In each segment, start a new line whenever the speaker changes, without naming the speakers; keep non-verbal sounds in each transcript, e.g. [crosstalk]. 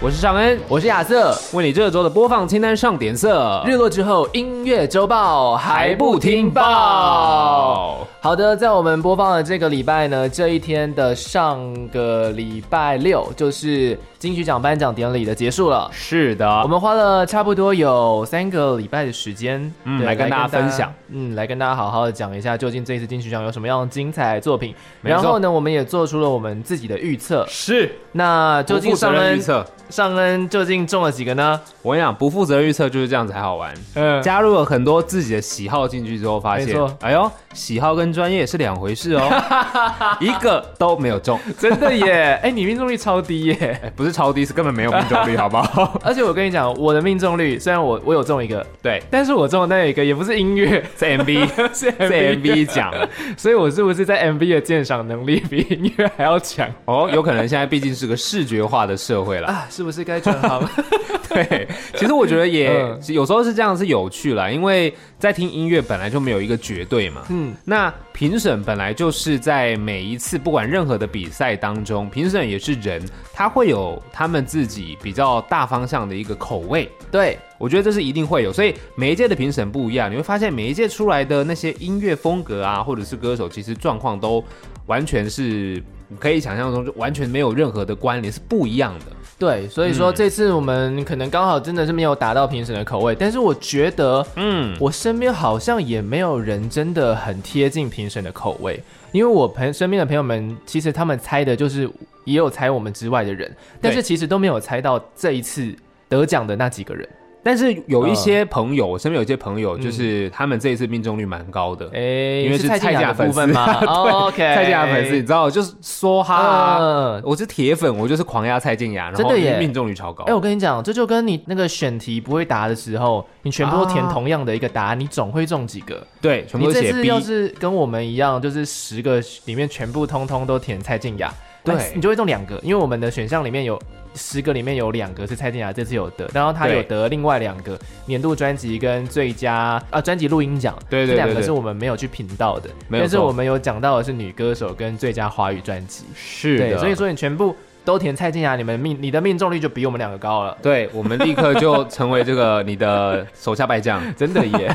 我是尚恩，
我是亚瑟。
为你这周的播放清单上点色。
日落之后，音乐周报还不听报？？好的，在我们播放的这个礼拜呢，这一天的上个礼拜六就是金曲奖颁奖典礼的结束了。
是的，
我们花了差不多有三个礼拜的时间，
嗯
对
来跟大家分享，
嗯，来跟大家好好的讲一下，究竟这一次金曲奖有什么样的精彩作品。
没错
然后呢，我们也做出了我们自己的预测。
是
那究
不
竟
负
上
责任预
恩
测。
上恩究竟中了几个呢？
我跟你讲，不负责任预测就是这样才好玩。
嗯，
加入了很多自己的喜好进去之后，发
没
现
错，
哎呦，喜好跟专业是两回事哦， [laughs] 一个都没有中，
真的 [laughs] 耶！哎，你命中率超低耶！
哎不是超低，是根本没有命中率，好不 [laughs] 好？
而且我跟你讲，我的命中率虽然我我有中一个，
对，
但是我中的那一个也不是音乐，
在 MV
[laughs] 是
在 MV
奖，
奖
所以我是不是在 MV 的鉴赏能力比音乐还要强
哦，有可能现在毕竟是个视觉化的社会了。
啊？ [laughs] 是不是该转行？
[laughs] 对，其实我觉得也
嗯
有时候是这样是有趣啦，因为在听音乐本来就没有一个绝对嘛。
嗯，
那评审本来就是在每一次不管任何的比赛当中，评审也是人，他会有他们自己比较大方向的一个口味。
对，
我觉得这是一定会有，所以每一届的评审不一样，你会发现每一届出来的那些音乐风格啊，或者是歌手，其实状况都完全是可以想象中，就完全没有任何的关联，是不一样的。
对，所以说
嗯
这次我们可能刚好真的是没有达到评审的口味，但是我觉得
嗯，
我身边好像也没有人真的很贴近评审的口味，因为我朋身边的朋友们，其实他们猜的就是也有猜我们之外的人，但是其实都没有猜到这一次得奖的那几个人。
但是有一些朋友，我身边有一些朋友，
嗯
就是他们这一次命中率蛮高的。
哎、
因为是
是蔡健雅
蔡健
的
雅
部分
粉丝
吗 [laughs] 哦？OK，
蔡健雅粉丝，你知道，就是梭哈啊，
嗯
我是铁粉，我就是狂压蔡健雅，然
真
后
的耶
命中率超高。
哎、我跟你讲，这就跟你那个选题不会答的时候，你全部都填
啊
同样的一个答案，你总会中几个。
对，全
你
部都
这
写
次
B，
要是跟我们一样，就是十个里面全部通通都填蔡健雅，
对
那你就会中两个，因为我们的选项里面有十个里面有两个是蔡健雅这次有得，然后她
对
有得另外两个年度专辑跟最佳啊专辑录音奖，
对对
这两
对
个
对
是我们没有去评到的，
没有
但是
错
我们有讲到的是女歌手跟最佳华语专辑，
是
对，
的，
所以说你全部都填蔡健雅，你们命你的命中率就比我们两个高了。
对我们立刻就成为这个你的手下败将。
[laughs] 真的
[laughs]
耶！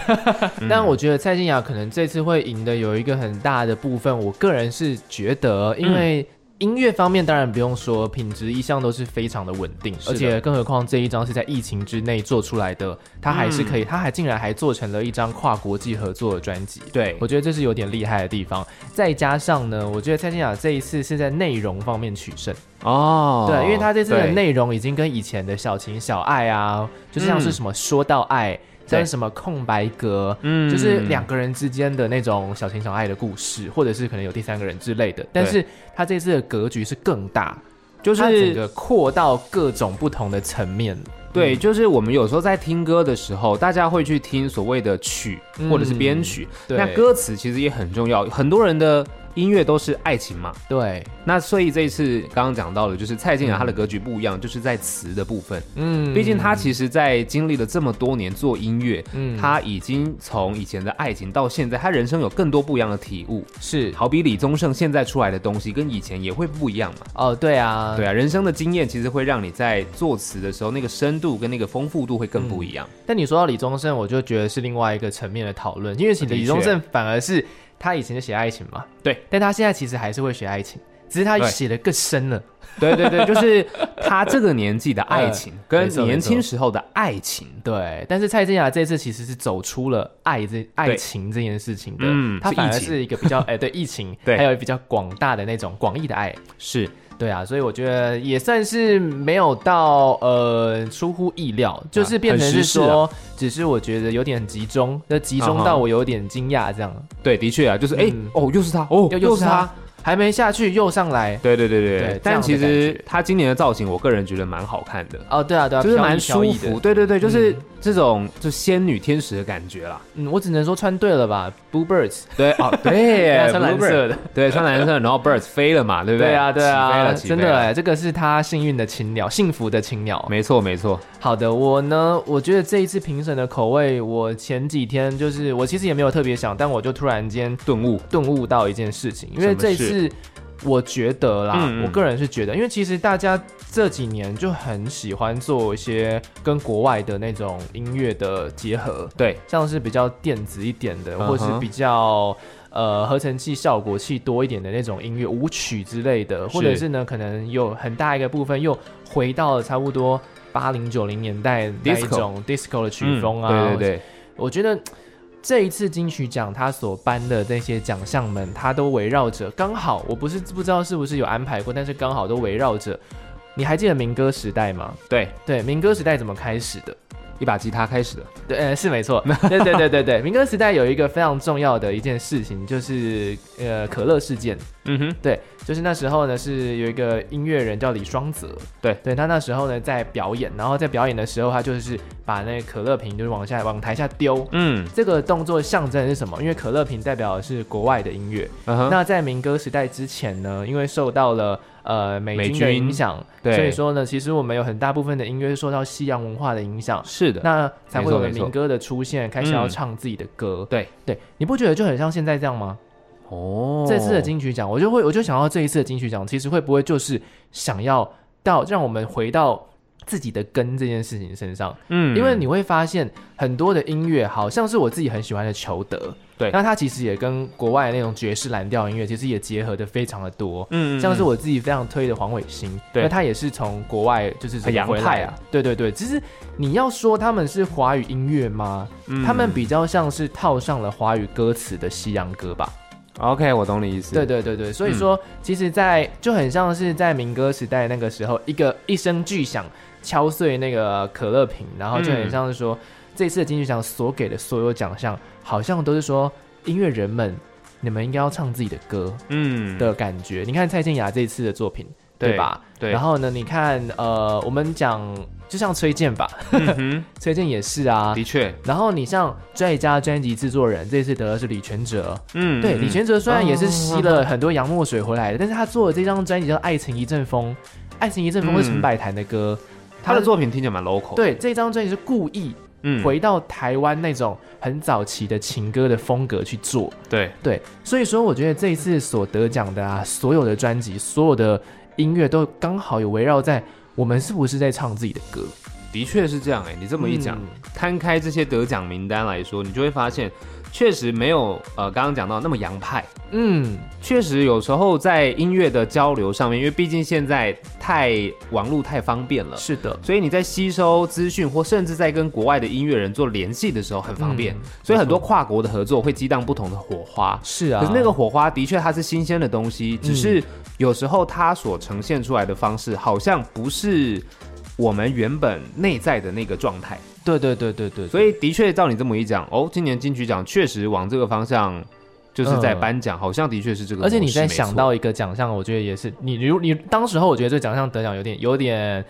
嗯
但我觉得蔡健雅可能这次会赢的有一个很大的部分，我个人是觉得，因
嗯
为音乐方面当然不用说，品质一向都是非常的稳定，
是的
而且更何况这一张是在疫情之内做出来的，它还是
嗯
可以，它还竟然还做成了一张跨国际合作的专辑。
对
我觉得这是有点厉害的地方，再加上呢，我觉得蔡健雅这一次是在内容方面取胜，
哦
对，因为他这次的
对
内容已经跟以前的小情小爱啊，就是像是什么说到爱，像是什么空白格，
嗯
就是两个人之间的那种小情小爱的故事，或者是可能有第三个人之类的。但是他这次的格局是更大，
就
它整
是
个扩到各种不同的层面。嗯
对，就是我们有时候在听歌的时候，大家会去听所谓的曲
嗯
或者是编曲，
对嗯
那歌词其实也很重要。很多人的音乐都是爱情嘛，
对，
那所以这一次刚刚讲到了，就是蔡健雅她的格局不一样，就是在词的部分。
嗯
毕竟她其实，在经历了这么多年做音乐，
嗯
她已经从以前的爱情到现在，她人生有更多不一样的体悟。
是
好比李宗盛现在出来的东西跟以前也会不一样嘛。
哦，对啊，
对啊，人生的经验其实会让你在作词的时候，那个深度跟那个丰富度会
嗯
更不一样。
但你说到李宗盛，我就觉得是另外一个层面的讨论，因为其实
的确
李宗盛反而是他以前就写爱情嘛，
对，
但他现在其实还是会写爱情，只是他
对
写的更深了，
对对对，就是他这个年纪的爱 [laughs] 情跟
没错
年轻时候的爱情。
对。但是蔡健雅这次其实是走出了爱这爱情这件事情的，
嗯
他
是
反
疫
而
情
是一个
[laughs]
比较哎、对疫情，
对
还有比较广大的那种广义的爱，
是，
对啊，所以我觉得也算是没有到呃出乎意料，就是变成
很
是
时事啊
说，只是我觉得有点集中，就集
啊
中
哈
到我有点惊讶这样。
对，的确啊，就是哎、
嗯
哦，又是他，哦，
又又是他。，还没下去又上来。
对对对
对
对对
这，样
但
的
其
感
实
觉
他今年的造型，我个人觉得蛮好看的，
哦，对啊，对啊，
就是
飘逸
蛮舒
飘逸的
服。对对对，就是这种就仙女天使的感觉啦。
嗯，我只能说穿对了吧，Blue Birds，，
对哦， [laughs] 对耶
穿蓝
Bluebird
色的，
对，穿蓝色，然后 birds 飞了嘛，对不对？
对啊，对
起飞
啊，
了起飞
真
了
的哎，这个是他幸运的青鸟，幸福的青鸟。
没错没错，
好的，我呢，我觉得这一次评审的口味，我前几天就是我其实也没有特别想，但我就突然间
顿悟，
顿悟到一件事情，因
什
为
么
这一次
事
我觉得啦，
嗯嗯
我个人是觉得，因为其实大家这几年就很喜欢做一些跟国外的那种音乐的结合，
对，
像是比较电子一点的，
嗯哼
或是比较呃合成器、效果器多一点的那种音乐舞曲之类的，或者是呢，可能有很大一个部分又回到了差不多八零九零年代那一
Disco
种 disco 的曲风啊。
嗯对对对，
我觉得。这一次金曲奖他所颁的那些奖项们，它都围绕着刚好，我不是不知道是不是有安排过，但是刚好都围绕着。你还记得民歌时代吗？
对，
对，民歌时代怎么开始的？
一把吉他开始了，
对，呃，是没错， [laughs] 对对对对对，民歌时代有一个非常重要的一件事情，就是呃可乐事件，
嗯哼，
对，就是那时候呢是有一个音乐人叫李双泽，
对
对，他那时候呢在表演，然后在表演的时候他就是把那可乐瓶就是往下往台下丢。
嗯，
这个动作象征的是什么？因为可乐瓶代表的是国外的音乐。
嗯哼，
那在民歌时代之前呢，因为受到了呃美
美
军的
军
影响，
对
所以说呢，其实我们有很大部分的音乐是受到西洋文化的影响。
是的，
那才会有了
没错没错
民歌的出现，开始要唱自己的歌。
对
对，你不觉得就很像现在这样吗？
哦
这次的金曲奖，我就会我就想到这一次的金曲奖，其实会不会就是想要到让我们回到自己的根这件事情身上？
嗯
因为你会发现很多的音乐，好像是我自己很喜欢的裘德，
对
那它其实也跟国外那种爵士蓝调音乐其实也结合的非常的多。
嗯
像是我自己非常推的黄伟星，
对
那他也是从国外就是
很洋
回来
派啊，
对对对。其实你要说他们是华语音乐吗？
嗯
他们比较像是套上了华语歌词的西洋歌吧。
OK，我懂你意思，
对对对对，所以
嗯
说，其实在，就很像是在民歌时代那个时候，一个一声巨响敲碎那个可乐瓶，然后就
嗯
很像是说，这次的金曲奖所给的所有奖项，好像都是说音乐人们，你们应该要唱自己的歌
嗯，
的感觉。你看蔡健雅这一次的作品，对吧？
对，
然后呢，你看，呃，我们讲就像崔健吧， [laughs]
嗯
崔健也是啊
哼，。的确，
然后你像最佳专辑制作人，这次得的是李全哲，
嗯，
对，
嗯
李全哲虽然也是吸
哦
了很多洋墨水回来的，但是他做的这张专辑叫《爱情一阵风》，《爱情一阵风》是陈百潭的歌，
嗯他的
是
作品听起来蛮 local，，
对这张专辑是故意
嗯，
回到台湾那种很早期的情歌的风格去做，
对，
对，所以说我觉得这一次所得奖的啊，所有的专辑，所有的音乐都刚好有围绕在我们是不是在唱自己的歌，
的确是这样哎，你
这
这么一讲，摊开这些得奖名单来说，你就会发现，确实没有呃刚刚讲到那么洋派。
嗯，
确实，有时候在音乐的交流上面，因为毕竟现在太网络太方便了，
是的，
所以你在吸收资讯或甚至在跟国外的音乐人做联系的时候很方便，
嗯
所以很多跨国的合作会激荡不同的火花。
是啊，嗯
可是那个火花的确它是新鲜的东西，只是有时候它所呈现出来的方式好像不是我们原本内在的那个状态。
对对对对对，
所以的确，照你这么一讲，哦，今年金曲奖确实往这个方向，就是在
嗯
颁奖，好像的确是这个模
而
式。
且你在
没
想
错
到一个奖项，我觉得也是你你如你当时候，我觉得这个奖项得奖有点有点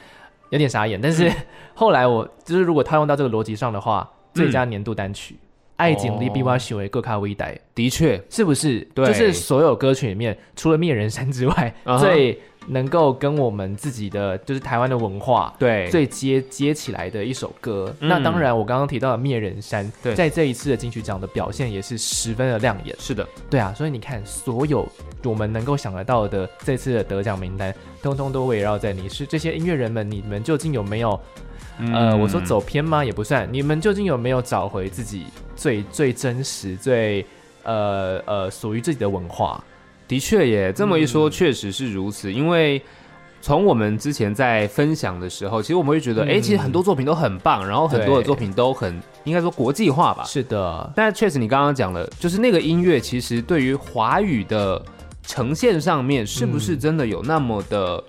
有点傻眼，但
嗯
是 [laughs] 后来我就是如果套用到这个逻辑上的话，最佳年度单
嗯
曲《爱情里比我许为各咖微带》，
的确，
是不是？
哦对
就是所有歌曲里面，除了《灭人山》之外
嗯哼
最能够跟我们自己的就是台湾的文化。
对，
最接接起来的一首歌，
嗯
那当然，我刚刚提到的《灭人山
对》
在这一次的金曲奖的表现也是十分的亮眼。
是的，
对啊，所以你看，所有我们能够想得到的这次的得奖名单，通通都围绕在你是这些音乐人们，你们究竟有没有？呃，
嗯
我说走偏吗？也不算，你们究竟有没有找回自己最最真实、最呃呃属于自己的文化？
的确耶，这么一说
嗯
确实是如此，因为。从我们之前在分享的时候，其实我们会觉得，
嗯
哎、其实很多作品都很棒，然后很多的
对
作品都很应该说国际化吧。
是的，
但确实你刚刚讲了，就是那个音乐其实对于华语的呈现上面，是不
嗯
是真的有那么的、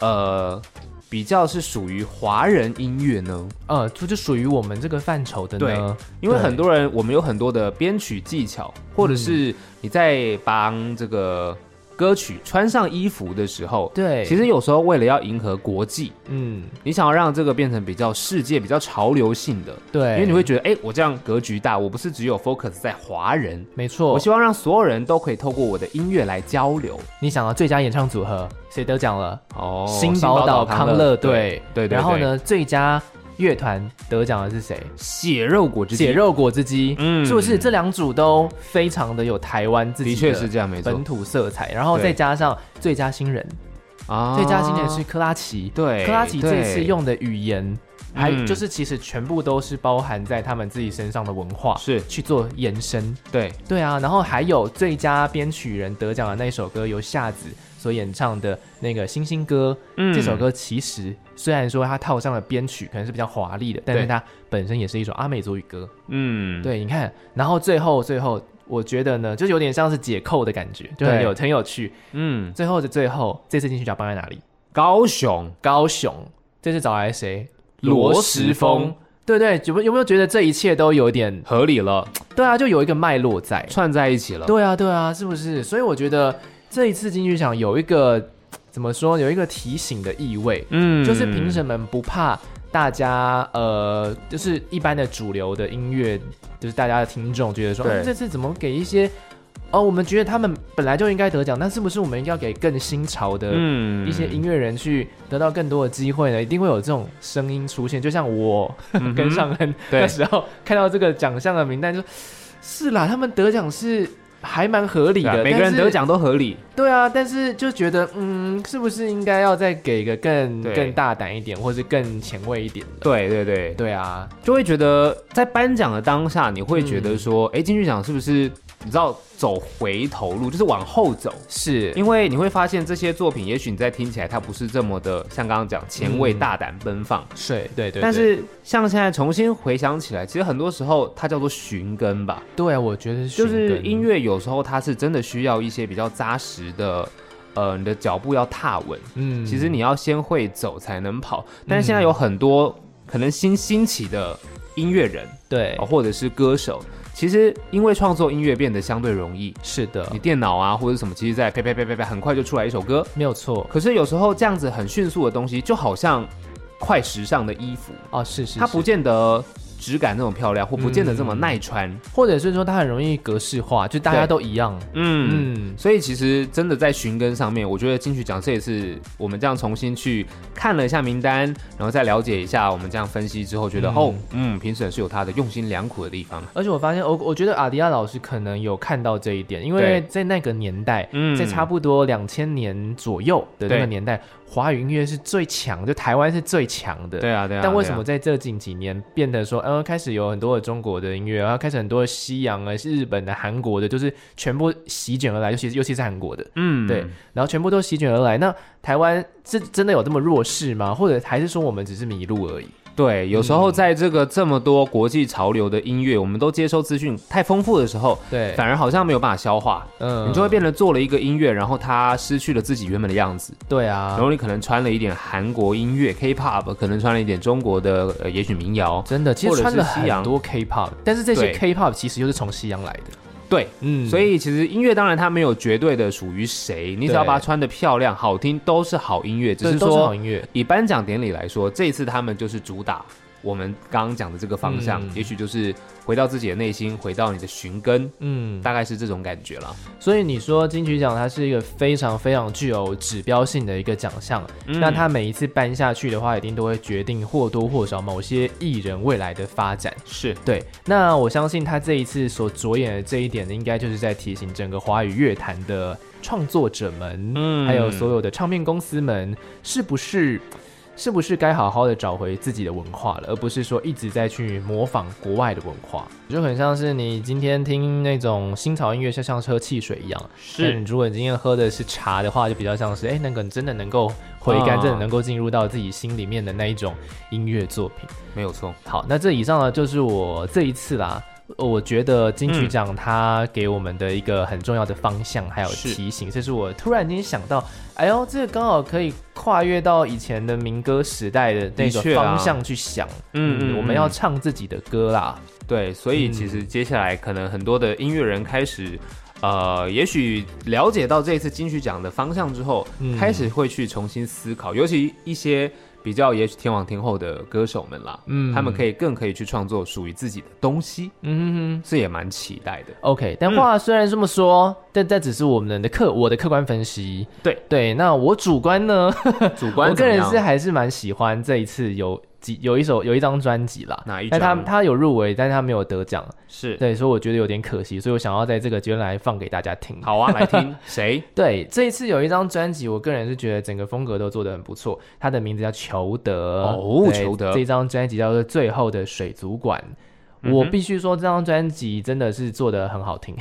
呃比较是属于华人音乐呢？
呃，这就属于我们这个范畴的呢。
因为
对
很多人，
嗯
我们有很多的编曲技巧，或者是你在帮这个。歌曲穿上衣服的时候，
对，
其实有时候为了要迎合国际，
嗯，
你想要让这个变成比较世界、比较潮流性的，
对，
因为你会觉得，哎、我这样格局大，我不是只有 focus 在华人，
没错
我，希望让所有人都可以透过我的音乐来交流。
你想啊，最佳演唱组合谁得奖了？
哦
新宝岛康乐队，
对对对，
然后？呢，最佳乐团得奖的是谁？
血肉果汁，
血肉果汁机，
嗯
是不是这两组都非常的有台湾自己
的确是这样，没错
本土色彩？然后
对
再加上最佳新人，
啊
最佳新人是克拉奇，
对
克拉奇这次
对
用的语言，还
嗯
就是其实全部都是包含在他们自己身上的文化
是
去做延伸。
对
对啊，然后还有最佳编曲人得奖的那一首歌，由夏子所演唱的那个《星星歌》。
嗯
这首歌其实虽然说它套上了编曲，可能是比较华丽的，但是
对
它本身也是一首阿美族语歌。
嗯
对，你看，然后最后最后，我觉得呢，就有点像是解扣的感觉，就很
对
有很有趣。
嗯，
最后的最后，这次金曲奖颁在哪里？
高雄
高雄，这次找来谁？
罗时丰，
对对，有没有有没有觉得这一切都有点？
合理了，
对啊，就有一个脉络在。
串在一起了。
对啊，对啊，是不是？所以我觉得这一次金曲奖有一个怎么说，有一个提醒的意味，
嗯
就是评审们不怕大家呃，就是一般的主流的音乐，就是大家的听众觉得说，
对
啊这次怎么给一些哦，我们觉得他们本来就应该得奖，那是不是我们应该要给更新潮的？
嗯
一些音乐人去得到更多的机会呢，一定会有这种声音出现。就像我
嗯
跟尚恩
对
那时候看到这个奖项的名单就，是啦，他们得奖是还蛮合理
对啊
的，
每个人
但是
得，奖都合理。
对啊，但是就觉得嗯，是不是应该要再给个更
对
更大胆一点，或是更前卫一点的？
对对对，
对啊，
就会觉得在颁奖的当下，你会觉得说，哎、金曲奖是不是你知道走回头路，就是往后走？
是
因为你会发现这些作品，也许你在听起来它不是这么的，像刚刚讲前卫、
嗯
大胆、奔放。
水，对对
但
但是
是像现在重新回想起来，其实很多时候它叫做寻根吧，
对啊，我觉得
就是音
乐，
乐有时候它是真的需要一些比较扎实的，呃，你的脚步要踏稳。
嗯
其实你要先会走才能跑，但是现在有很多可能新兴起的音乐人，
对
哦，或者是歌手，其实因为创作音乐变得相对容易，
是的
你，电脑啊或者什么，其实在啪啪啪啪啪，很快就出来一首歌。
没有错
可是有时候这样子很迅速的东西，就好像快时尚的衣服，
哦，是是，
它
是嗯
不见得质感那么漂亮，或不见得这么耐穿。
或者是说它很容易格式化，就大家
对
都一样。
嗯。
嗯，
所以其实真的在寻根上面，我觉得金曲奖这也是我们这样重新去看了一下名单，然后再了解一下我们这样分析之后，觉得、
嗯
哦，嗯，评审是有他的用心良苦的地方。
而且我发现，我我觉得阿迪亚老师可能有看到这一点，因为
对
在那个年代，
嗯
在差不多两千年左右的那个
对
年代，华语音乐是最强，就台湾是最强的。
对啊，对啊。
但为
对啊
什么在这近几年变得说，嗯，开始有很多的中国的音乐，然后开始很多的西洋啊、日本的、韩国的，就是全部席卷而来，尤其是尤其是韩国的，
嗯，
对，然后全部都席卷而来。那台湾是真的有这么弱势吗？或者还是说我们只是迷路而已？
对，有时候在这个这么多国际潮流的音乐，我们都接收资讯太丰富的时候，
对，
反而好像没有办法消化，
嗯
你就会变得做了一个音乐，然后它失去了自己原本的样子。
对啊
然，后你可能穿了一点韩国音乐 K-pop，可能穿了一点中国的呃，也许民谣。
真的，其
或
实
者
穿
是
了
西洋
很多 K-pop，但是这些
对
K-pop 其实又是从西洋来的。
对，
嗯
所以其实音乐当然它没有绝对的属于谁，你只要
对
把它穿的漂亮、好听，都是好音乐。只
对
是
都是好
说
音乐，
以颁奖典礼来说，这一次他们就是主打我们刚刚讲的这个方向，
嗯
也许就是回到自己的内心，回到你的寻根，
嗯，
大概是这种感觉了。
所以你说金曲奖它是一个非常非常具有指标性的一个奖项，
嗯
那它每一次颁下去的话，一定都会决定或多或少某些艺人未来的发展。
是
对，那我相信他这一次所着眼的这一点呢，应该就是在提醒整个华语乐坛的创作者们，
嗯
还有所有的唱片公司们，是不是是不是该好好的找回自己的文化了，而不是说一直在去模仿国外的文化，就很像是你今天听那种新潮音乐，像像喝汽水一样。但你如果你今天喝的是茶的话，就比较像是哎，那个真的能够回甘，
啊
真的能够进入到自己心里面的那一种音乐作品。
没有错。
好，那这以上呢，就是我这一次啦。呃我觉得金曲奖它给我们的一个很重要的方向，还有
嗯是
提醒，这是我突然间想到，哎呦，这个刚好可以跨越到以前的民歌时代的那
的
种
确啊
方向去想，
嗯嗯
我们
嗯
要唱自己的歌啦，嗯
对，所以其实接下来可能很多的音乐人开始。呃，也许了解到这一次金曲奖的方向之后，
嗯
开始会去重新思考，尤其一些比较也许天王天后的歌手们啦，
嗯
他们可以更可以去创作属于自己的东西，
嗯哼哼
这也蛮期待
[laughs]
的。
，OK。但话虽然这么说，但这只是我们的客我的客观分析。
对
对，那我主观呢，
主观
我个
怎么
人
样
是还是蛮喜欢这一次有几有一首有一张专辑啦，
哪一
但哎他
张
他有入围，但是他没有得奖，
是
对，所以我觉得有点可惜，所以我想要在这个阶段来放给大家听。
好啊，来听
[laughs]
谁？
对，这一次有一张专辑，我个人是觉得整个风格都做得很不错。它的名字叫裘德，
哦
对
裘德
这张专辑叫做《最后的水族馆》。我必须说，这张专辑真的是做得很好听，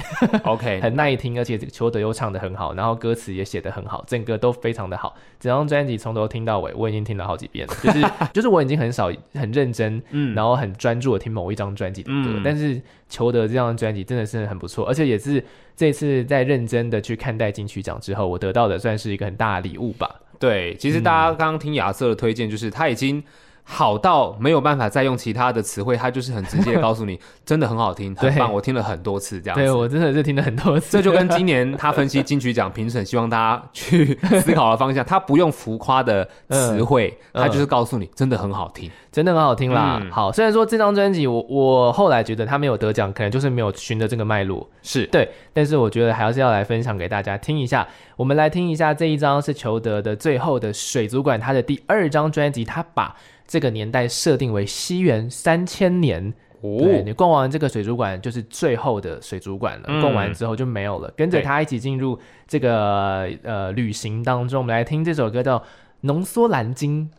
OK，
很耐听，而且裘德又唱得很好，然后歌词也写得很好，整个都非常的好。整张专辑从头听到尾，我已经听了好几遍了，就是 [laughs] 就是我已经很少很认真，
嗯
然后很专注的听某一张专辑的歌，
嗯
但是裘德这张专辑真的是很不错，而且也是这次在认真的去看待金曲奖之后，我得到的算是一个很大的礼物吧。
对，其实大
嗯
家刚刚听亚瑟的推荐，就是他已经好到没有办法再用其他的词汇，他就是很直接地告
[laughs]
诉你，真的很好听，很
对
棒，我听了很多次这样
对
子。
我真的是听了很多次，
这就跟今年他分析金曲奖评审，希望大家去思考的方向，他不用浮夸的词汇，
嗯
他就是告诉你真的很好听。
真的很好听啦。
嗯
好，虽然说这张专辑我我后来觉得他没有得奖，可能就是没有循着这个脉络，
是
对，但是我觉得还是要来分享给大家听一下。我们来听一下这一张是裘德的最后的水族馆，他的第二张专辑，他把这个年代设定为西元三千年。
哦
对你逛完这个水族馆就是最后的水族馆了，
嗯
逛完之后就没有了。跟着
对
他一起进入这个呃旅行当中，我们来听这首歌叫《浓缩蓝鲸》。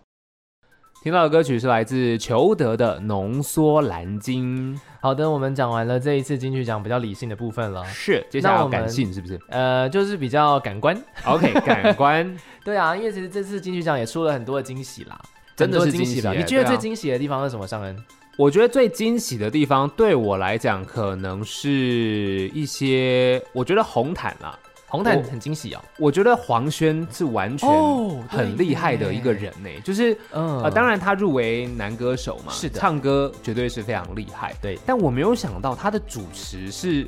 听到的歌曲是来自裘德的《浓缩蓝鲸
好的，我们讲完了这一次金曲奖比较理性的部分了》，，
是接下来
那
要
我们
感性
[laughs]
是不是
呃，就是比较感官。
？OK，感官
对啊，因为其实这次金曲奖也出了很多的惊喜啦，
真的是
很多惊
惊喜
啦。
耶
你觉得
对啊
最惊喜的地方是什么？尚恩？
我觉得最惊喜的地方，对我来讲，可能是一些我觉得红毯啦，
红毯
我
很惊喜哦。
我觉得黄轩是完全
哦
很厉害的一个人呢、就是。
嗯
呃，当然他入围男歌手嘛，
是的
唱歌绝对是非常厉害。
对
但我没有想到他的主持是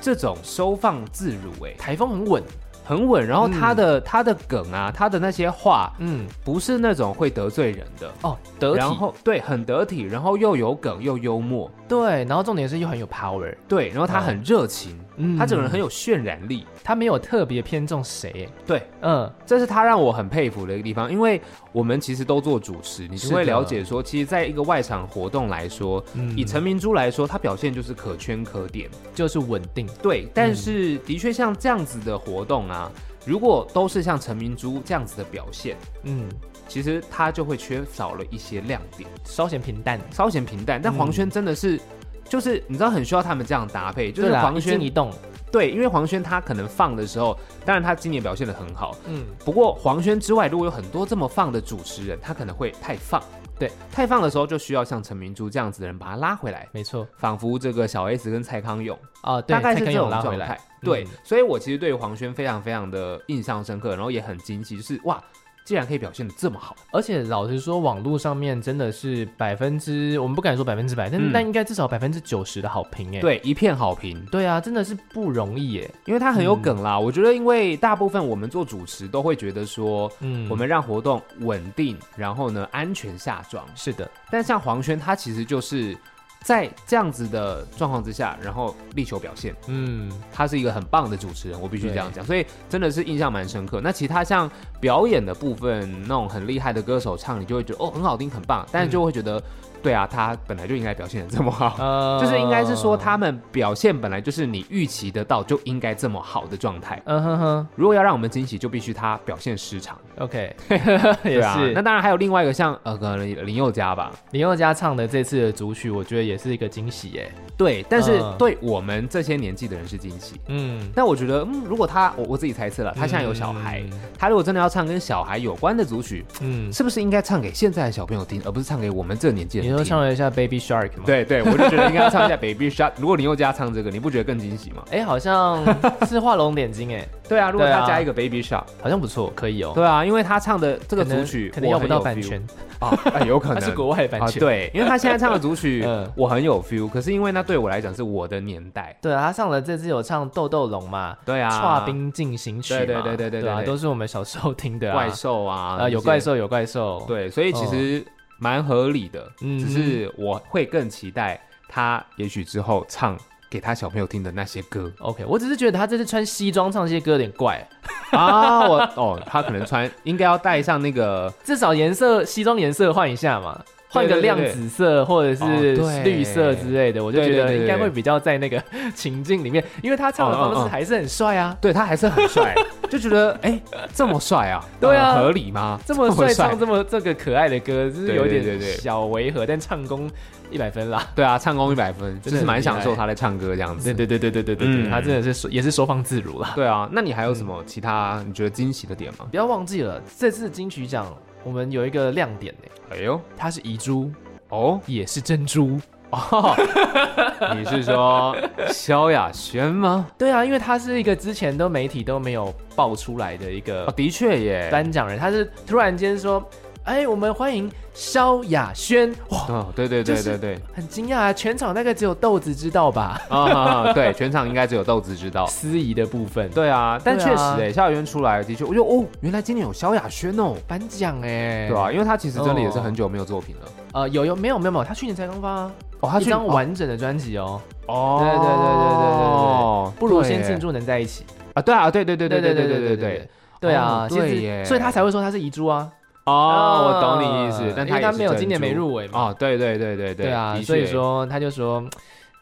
这种收放自如、哎，
台风很稳。
很稳。然后
嗯
他的、他的梗啊，他的那些话，
嗯，
不是那种会得罪人的，
哦，得体。
然后对，很得体，然后又有梗又幽默，
对，然后重点是又很有 power，
对，然后他
哦
很热情，
嗯
他整个人很有渲染力，
他没有特别偏重谁。
对。
嗯，
这是他让我很佩服的一个地方，因为我们其实都做主持，你就是
的
会了解说，其实，在一个外场活动来说，
嗯
以陈明珠来说，他表现就是可圈可点，
就是稳定。
对。
嗯
但是，的确像这样子的活动啊，如果都是像陈明珠这样子的表现，
嗯，
其实他就会缺少了一些亮点，
稍显平淡。
稍显平
嗯
淡。但黄轩真的是。就是你知道很需要他们这样搭配，就是
对啦
黄
一
轩
惊一动。
对，因为黄轩他可能放的时候，当然他今年表现的很好，
嗯，
不过黄轩之外，如果有很多这么放的主持人，他可能会太放。
对，
太放的时候就需要像陈明珠这样子的人把他拉回来，
没错。
仿佛这个小 S 跟蔡康永
啊，对
大概是
蔡
这
康永
种
拉回
状
来
态。。对
嗯，
所以我其实对黄轩非常非常的印象深刻，然后也很惊喜，就是哇，竟然可以表现的这么好。
而且老实说，网络上面真的是百分之，我们不敢说百分之百，但、
嗯
但应该至少百分之九十的好评哎。
对，一片好评，
对啊，真的是不容易耶。
因为他很有梗
嗯
啦。我觉得，因为大部分我们做主持都会觉得说，
嗯
我们让活动稳定，然后呢安全下庄，
是的，
但像黄轩，他其实就是在这样子的状况之下，然后力求表现，
嗯，
他是一个很棒的主持人，我必须这样讲，所以真的是印象蛮深刻。那其他像表演的部分，那种很厉害的歌手唱，你就会觉得哦很好听，很棒，但是就会觉得，对啊，他本来就应该表现的这
[laughs]
么好。
呃
就是应该是说，，他们表现本来就是你预期得到就应该这么好的状态。
嗯哼哼
如果要让我们惊喜，就必须他表现失常。
，OK，
对
[laughs] 也
啊，
是。
那当然还有另外一个像呃，可能林宥嘉吧，
林宥嘉唱的这次的主曲，我觉得也是一个惊喜耶。
对，但是
嗯
对我们这些年纪的人是惊喜。
嗯，
但我觉得，嗯，如果他，我我自己猜测了，他现在有小孩，他如果真的要唱跟小孩有关的组曲，
嗯，
是不是应该唱给现在的小朋友听，而不是唱给我们这年纪的
你说唱了一下 Baby Shark 吗？，
对对，我就觉得应该要唱一下 Baby Shark。如果你又加唱这个，你不觉得更惊喜吗？
哎，好像是画龙点睛，哎，
[laughs] 对啊，如果
对啊
他加一个 Baby Shark，
好像不错，可以哦。
对啊，因为他唱的这
这
个组曲
可能要不到版 [laughs] 权，
啊，哎有可
它
能
是国外的版
啊，
权。
对，因为他现在唱的组曲
[laughs] 嗯
我很有 feel，可是因为那对我来讲是我的年代，
对啊，他上了这次有唱《豆豆龙》嘛，
对啊，
《跨兵进行曲》嘛，
对对对对对
啊，
对对
都是我们小时候听的啊
怪兽啊，
啊，有
这些哦
怪，兽有怪兽，，
对，所以其实蛮合理的，
嗯
只是我会更期待他也许之后唱给他小朋友听的那些歌
OK，我只是觉得他这次穿西装唱这些歌有点怪，
[laughs] 啊，我哦，他可能穿应该要带上那个
至少颜色西装颜色换一下嘛，换个
对对
亮
对
紫色或者是
哦对
绿色之类的，我就觉
对对
得
对对
应该会比较在那个 [laughs] 情境里面，因为他唱的方
嗯嗯
式
嗯
还是很帅啊，
对他还是很 [laughs] 帅，就觉得哎、这么帅啊，
对啊
呃合理吗？
这么帅唱这么这个可爱的歌，就是
对
有
对
点
对对
小违和，但唱功一百分啦。
对啊，唱功一百分，就
真的
是
很
蛮
厉
享受
害
他在唱歌这样子。
对对对对对对对对，
嗯
他真的是收也是收放自如啦。
对啊，那你还有什么其他你觉得惊喜的点吗？
不要忘记了，这次金曲奖我们有一个亮点呢、
哎呦，
它是遗珠，，
哦
也是珍珠。 [laughs]
你是说萧亚轩吗？
对啊，因为他是一个之前都媒体都没有爆出来的一
哦，
个
的确耶。
颁奖人，他是突然间说：“哎，我们欢迎萧亚轩。”哇，
哦，对对对对对，
很惊讶啊！全场大概只有豆子知道吧？
啊， [laughs] 对，全场应该只有豆子知道。
司仪的部分
对啊，但
哦对
确实
啊
哎，萧亚轩出来的确，我就哦，原来今年有萧亚轩哦。
颁奖哎，
对啊，因为他其实真的也是
哦
很久没有作品了。
呃，有有没有没有没有，他去年才刚发啊
哦，他
一
去
张完整的专辑哦，
哦，
对对对对对
对
不如先庆祝能在一起。
啊！对啊，对对对对对对对对对
对。对啊，
哦
其实
对耶
所以他才会说他是遗珠啊。
哦，我
啊
懂你意思，但
因为
也
他
是
没有
珍
今年没
珠
入围嘛。
哦，对对对对对，
对啊，
的
所以
确
说他就说，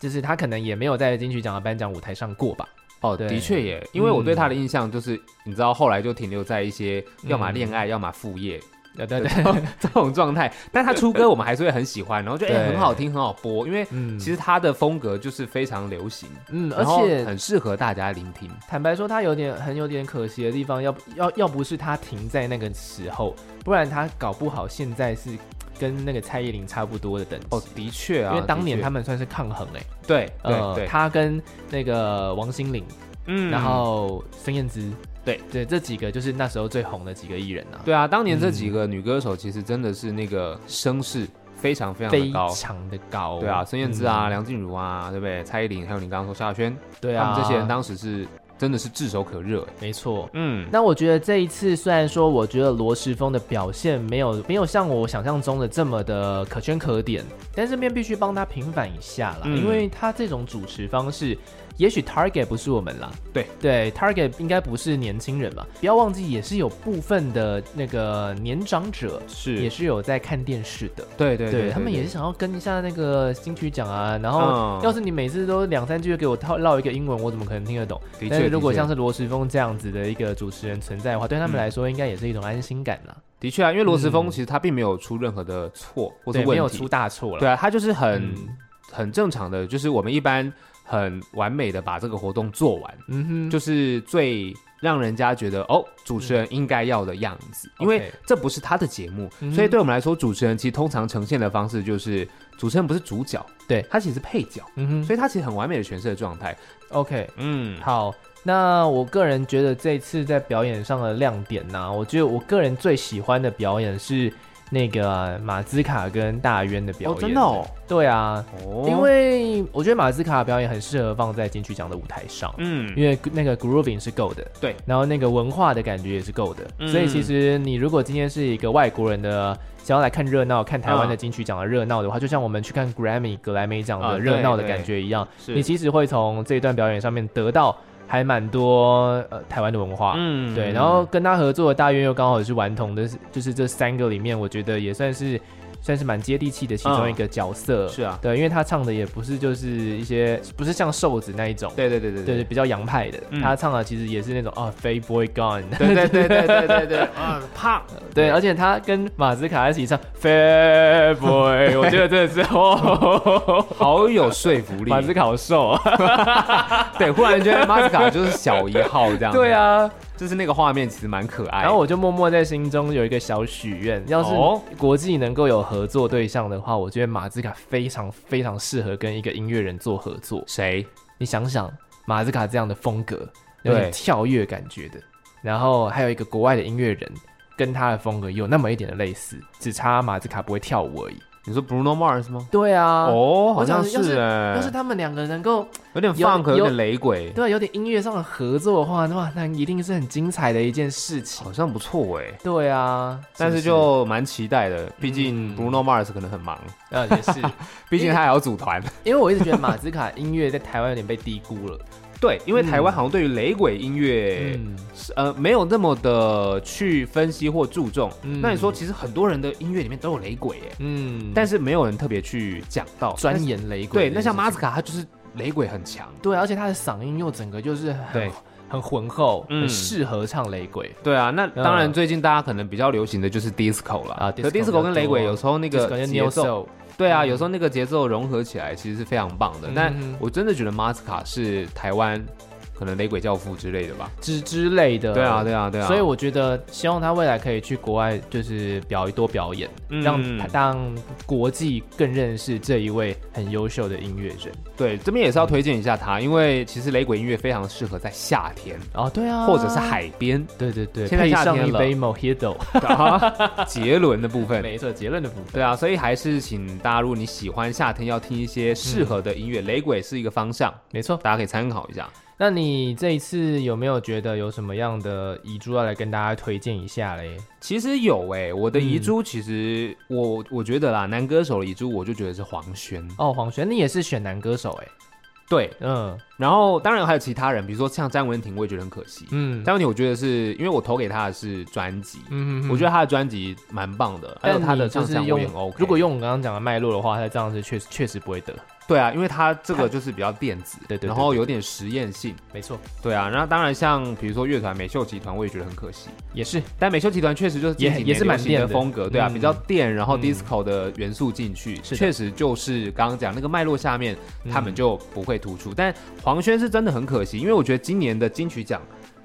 就是他可能也没有在金曲奖的颁奖舞台上过吧。
哦，
对嗯
的确耶，因为我对他的印象就是，你知道后来就停留在一些要么恋爱，要么副业 [laughs]
对对
的
对， [laughs]
这种这种状态。但他出歌我们还是会很喜欢，然后就哎、
对
很好听，很好播，因为
嗯
其实他的风格就是非常流行，
嗯，而
然后
且
很适合大家聆听。
坦白说，他有点很有点可惜的地方，要不要要不是他停在那个时候，不然他搞不好现在是跟那个蔡依林差不多的等级。
哦，的确啊，
因为当年
的确
他们算是抗衡哎、欸，
对对对，
他跟那个王心凌，
嗯
然后孙燕姿，
对
对，这几个就是那时候最红的几个艺人啊，
对啊，当年这几
嗯
个女歌手其实真的是那个声势非常非常的
非
高。
常的高，
对啊，孙燕姿啊，梁静茹啊，对不对？蔡依林，还有你刚刚说萧亚轩，
嗯，对
他
啊，
们这些人当时是真的是炙手可热。哎
没错。
嗯，
那我觉得这一次虽然说，我觉得罗时峰的表现没有没有像我想象中的这么的可圈可点，但是面必须帮他平反一下啦，
嗯
因为他这种主持方式，也许 target 不是我们啦，
对
对，target 应该不是年轻人嘛，不要忘记也是有部分的那个年长者
是
也是有在看电视的。
对对
对他们也是想要跟一下那个金曲奖啊，然后
嗯
要是你每次都两三句给我套绕一个英文，我怎么可能听得懂？
的
但
确
是如果
的确
像是罗时峰这样子的一个主持人存在的话，对他们
嗯
来说应该也是一种安心感啦，
的确啊，因为罗时峰
嗯
其实他并没有出任何的错或是
对，
问题，
没有出大错了。
对啊，他就是很、
嗯
很正常的，就是我们一般很完美的把这个活动做完，
嗯哼，嗯
就是最让人家觉得哦，主持人应该要的样子，因为
OK
这不是他的节目，
嗯哼
所以对我们来说，主持人其实通常呈现的方式就是主持人不是主角，
对
他其实是配角，
嗯哼
所以他其实很完美的诠释了状态。
，OK，
嗯，
好。那我个人觉得这次在表演上的亮点呢、我觉得我个人最喜欢的表演是那个马兹卡跟大渊的表
哦
演。，
真的哦，
对啊，
哦
因为我觉得马斯卡的表演很适合放在金曲奖的舞台上，
嗯
因为那个 grooving 是够的，
对，
然后那个文化的感觉也是够的，
嗯
所以其实你如果今天是一个外国人的。想要来看热闹，看台湾的
嗯
金曲奖的热闹的话，就像我们去看 Grammy 格莱美奖
啊
的
对
热闹的
对
感觉一样，
是
你其实会从这一段表演上面得到还蛮多呃台湾的文化，
嗯
对，然后跟他合作的大约又刚好也是顽童的，就是这三个里面，我觉得也算是算是蛮接地气的其中一个角色。
嗯是啊
对，因为他唱的也不是就是一些不是像瘦子那一种，
对对对对
对，比较洋派的。
嗯
他唱的其实也是那种啊，Fat Boy Gone， [laughs]
对对对对对对对， [laughs] 啊，胖，
对，而且他跟马斯卡一起唱 Fat Boy，我觉得真的是 [laughs] 哦，
好有说服力
马。斯卡好瘦啊。
[laughs] 对，忽然觉得马斯卡就是小一号这
[laughs]
样。
对，啊，
就是那个画面其实蛮可爱的。
然后我就默默在心中有一个小许愿，要
哦
是国际能够有合作对象的话，我觉得马兹卡非常非常适合跟一个音乐人做合作。
谁？
你想想，马兹卡这样的风格，
对
有点跳跃感觉的，然后还有一个国外的音乐人，跟他的风格有那么一点的类似，只差马兹卡不会跳舞而已。
你说 Bruno Mars 吗？
对啊，
哦，好像
我想要是
哎
要是，他们两个能够
有点
有
funk，有
有
点雷鬼，
对啊有点音乐上的合作的话，那哇那一定是很精彩的一件事情。
好像不错哎。
对啊，
但
不
是就蛮期待的，毕竟
嗯
Bruno Mars 可能很忙，
呃
[laughs] 啊
也是，
毕竟他还要组团。
因为我一直觉得马兹卡音乐在台湾有点被低估
[laughs]
了。
对，因为台湾
嗯
好像对于雷鬼音乐，
嗯，
是呃，没有那么的去分析或注重。
嗯
那你说，其实很多人的音乐里面都有雷鬼哎，
嗯
但
是
是没有人特别去讲到
钻
哦但是
研雷鬼
对，
这件
那
事情，
像马斯卡，他就是雷鬼很强。
对，而且他的嗓音又整个就是很
对
很浑厚，
嗯
很适合唱雷鬼。
对啊，那
嗯
当然，最近大家可能比较流行的就是 disco 了
啊
可
disco 比较
disco 跟雷鬼
多
有时候那
就是
个
感觉
节
Neo
奏，
Soul，
对啊，有时候那个节奏融合起来其实是非常棒的。
嗯
但我真的觉得马斯卡是台湾可能雷鬼教父之类的吧？
之之类的。
对啊，对啊，对啊。
所以我觉得，希望他未来可以去国外，就是表多表演，
嗯
让让国际更认识这一位很优秀的音乐人。
对这边也是要推荐一下他，因为其实雷鬼音乐非常适合在夏天。
哦，对啊，
或者是，海边
[laughs] 对对对，
现在
配
夏
上
天
一
了
杯 Mojito，
啊，杰伦的部分。
没错，结论的部分。
对啊，所以还是请大家，如果你喜欢夏天，要听一些适
嗯
合的音乐，雷鬼是一个方向，
没错，
大家可以参考一下。
那你这一次有没有觉得有什么样的遗珠要来跟大家推荐一下嘞？
其实有哎、我的遗
嗯
珠，其实我我觉得啦，男歌手的遗珠，我就觉得是黄轩。
哦，黄轩，你也是选男歌手哎、
对，
嗯
然后当然还有其他人，比如说像詹雯婷，我也觉得很可惜。
嗯
詹雯婷，我觉得是因为我投给她的是专辑，
嗯
我觉得她的专辑蛮棒的，还有
但
她的
你就
唱
是
腔我
用
也很 OK。
如果用我刚刚讲的脉络的话，他这样子确实确实不会得，
对啊，因为它这个就是比较电子，
对对对
然后有点实验性，
没错，
对啊。然后当然像比如说乐团美秀集团，我也觉得很可惜。
也是
但美秀集团确实就是近几
也
年
也是蛮
流行
电
的
的
风格，对啊，
嗯
比较电，然后
嗯
disco 的元素进去，
是的
确实就是刚刚讲那个脉络下面，
嗯
他们就不会突出。但黄轩是真的很可惜，因为我觉得今年的金曲奖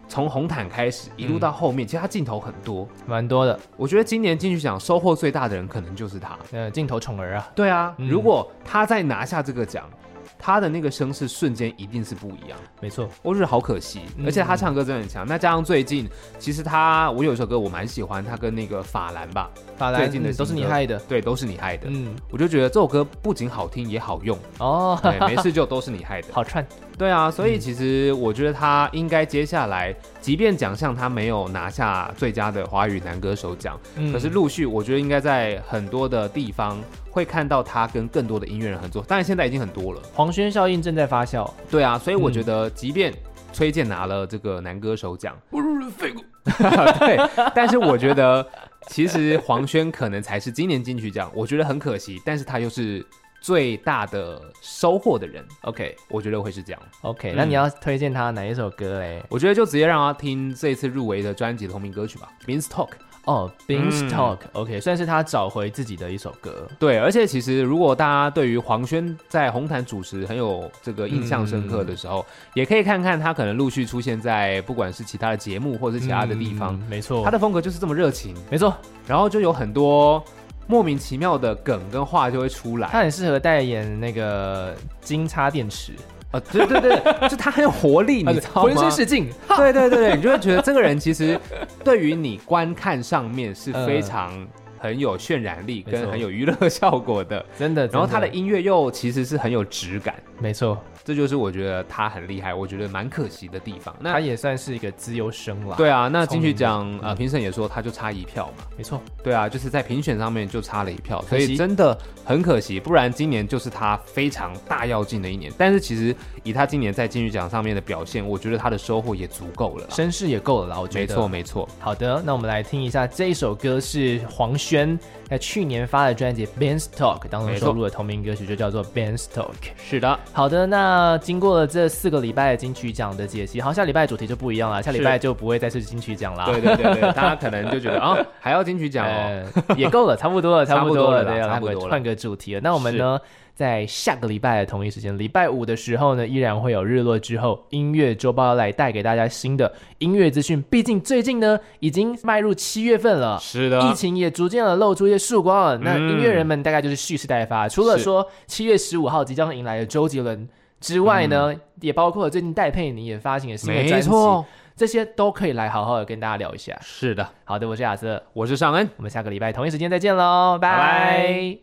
从红毯开始一
嗯
路到后面，其实他镜头很多。
蛮多的。
我觉得今年金曲奖收获最大的人可能就是他。
呃，镜头宠儿啊，
对啊，
嗯
如果他再拿下这个奖，他的那个声势瞬间一定是不一样。
没错，
我觉哦得好可惜，
嗯
而且他唱歌真的很强。那加上最近，其实他我有一首歌我蛮喜欢，他跟那个法兰吧，
法
最
兰
近的
嗯都是
新
你
歌
害的，
对，都是你害的。
嗯，
我就觉得这首歌不仅好听也好
[laughs]
用，
哦，
对，没事就都是你害的。
好串，
对啊，所以其实我觉得他应该接下来，即便奖项他没有拿下最佳的华语男歌手奖，
嗯
可是陆续，我觉得应该在很多的地方会看到他跟更多的音乐人合作。当然，现在已经很多了。
黄轩效应正在发酵，
对啊，所以我觉得，即便崔健拿了这个男歌手奖，
我入了肺骨，
[laughs] 对，但是我觉得其实黄轩可能才是今年金曲奖，我觉得很可惜，但是他又是最大的收获的人。
OK
我觉得会是这样，
OK，
嗯
那你要推荐他哪一首歌嘞？
我觉得就直接让他听这次入围的专辑的同名歌曲吧，《Means Talk》。
哦，Beanstalk，OK，算
嗯
是他找回自己的一首歌，
对，而且其实如果大家对于黄轩在红毯主持很有这个印象深刻的时候，也可以看看他可能陆续出现在不管是其他的节目或是其他的地方，
嗯没错，
他的风格就是这么热情，
没错，
然后就有很多莫名其妙的梗跟话就会出来。
他很适合代言那个金叉电池，
啊，对对对， [laughs] 就他很有活力，你知道
啊
吗？
浑身是劲。
对对对对，你就会觉得这个人其实对于你观看上面是非常很有渲染力
没
跟
错
很有娱乐效果的，
真的。
然后他的
真
音乐又其实是很有质感。
没错，
这就是我觉得他很厉害，我觉得蛮可惜的地方。
他
那
也算是一个资优生啦。，
对啊，那
聪
金
明
曲
的
奖呃
嗯
评审也说他就差一票嘛，
没错，
对啊，就是在评选上面就差了一票，所
可惜
以真的很可惜。不然今年就是他非常大要进的一年，但是其实以他今年在金曲奖上面的表现，我觉得他的收获也足够了啦。
声势也够了啦，我觉
没
得。
错，。没错。
好的，那我们来听一下这一首歌是黄轩在去年发的专辑《Beanstalk》当中
没错
收录的同名歌曲，就叫做《Beanstalk》。
是的，
好的，那经过了这四个礼拜的金曲奖的解析，好，下礼拜主题就不一样了，下礼拜就不会再是金曲奖啦。
对对对对，大家可能就觉得啊、还要金曲奖哦，
[laughs] 呃，也够了，差不多了，
[laughs] 差
差
不
不
多
多了，
了啦
对，
差不多了
换个换个主题了。那我们呢，在下个礼拜的同一时间，礼拜五的时候呢，依然会有日落之后音乐周报要来带给大家新的音乐资讯。毕竟最近呢，已经迈入七月份了。
是的，
疫情也逐渐的露出一些曙光了。那
啊嗯
音乐人们大概就是蓄势待发，除了
是
说七月十五号即将迎来的周杰伦之外呢，也包括最近戴佩妮也发行了新的
嗯没
专辑，
错，
这些都可以来好好的跟大家聊一下。
是的，
好的，我是亚瑟，
我是尚恩。
我们下个礼拜同一时间再见喽，拜
拜
拜。
拜